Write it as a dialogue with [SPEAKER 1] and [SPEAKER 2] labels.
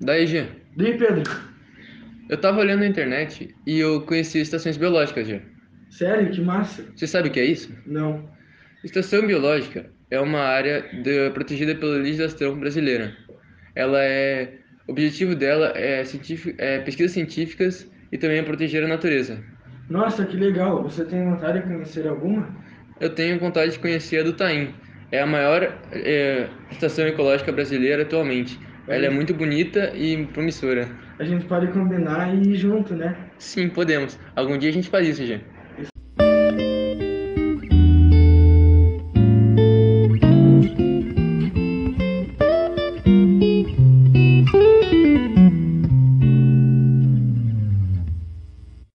[SPEAKER 1] Daí, Gia,
[SPEAKER 2] Daí, Pedro?
[SPEAKER 1] eu tava olhando na internet e eu conheci estações biológicas, Gia.
[SPEAKER 2] Sério, que massa.
[SPEAKER 1] Você sabe o que é isso?
[SPEAKER 2] Não.
[SPEAKER 1] Estação biológica é uma área de- protegida pela legislação brasileira. Ela é... O objetivo dela é, científi- é pesquisas científicas e também é proteger a natureza.
[SPEAKER 2] Nossa, que legal. Você tem vontade de conhecer alguma?
[SPEAKER 1] Eu tenho vontade de conhecer a do Taim. É a maior é, estação ecológica brasileira atualmente. Ela é muito bonita e promissora.
[SPEAKER 2] A gente pode combinar e ir junto, né?
[SPEAKER 1] Sim, podemos. Algum dia a gente faz isso, Gia.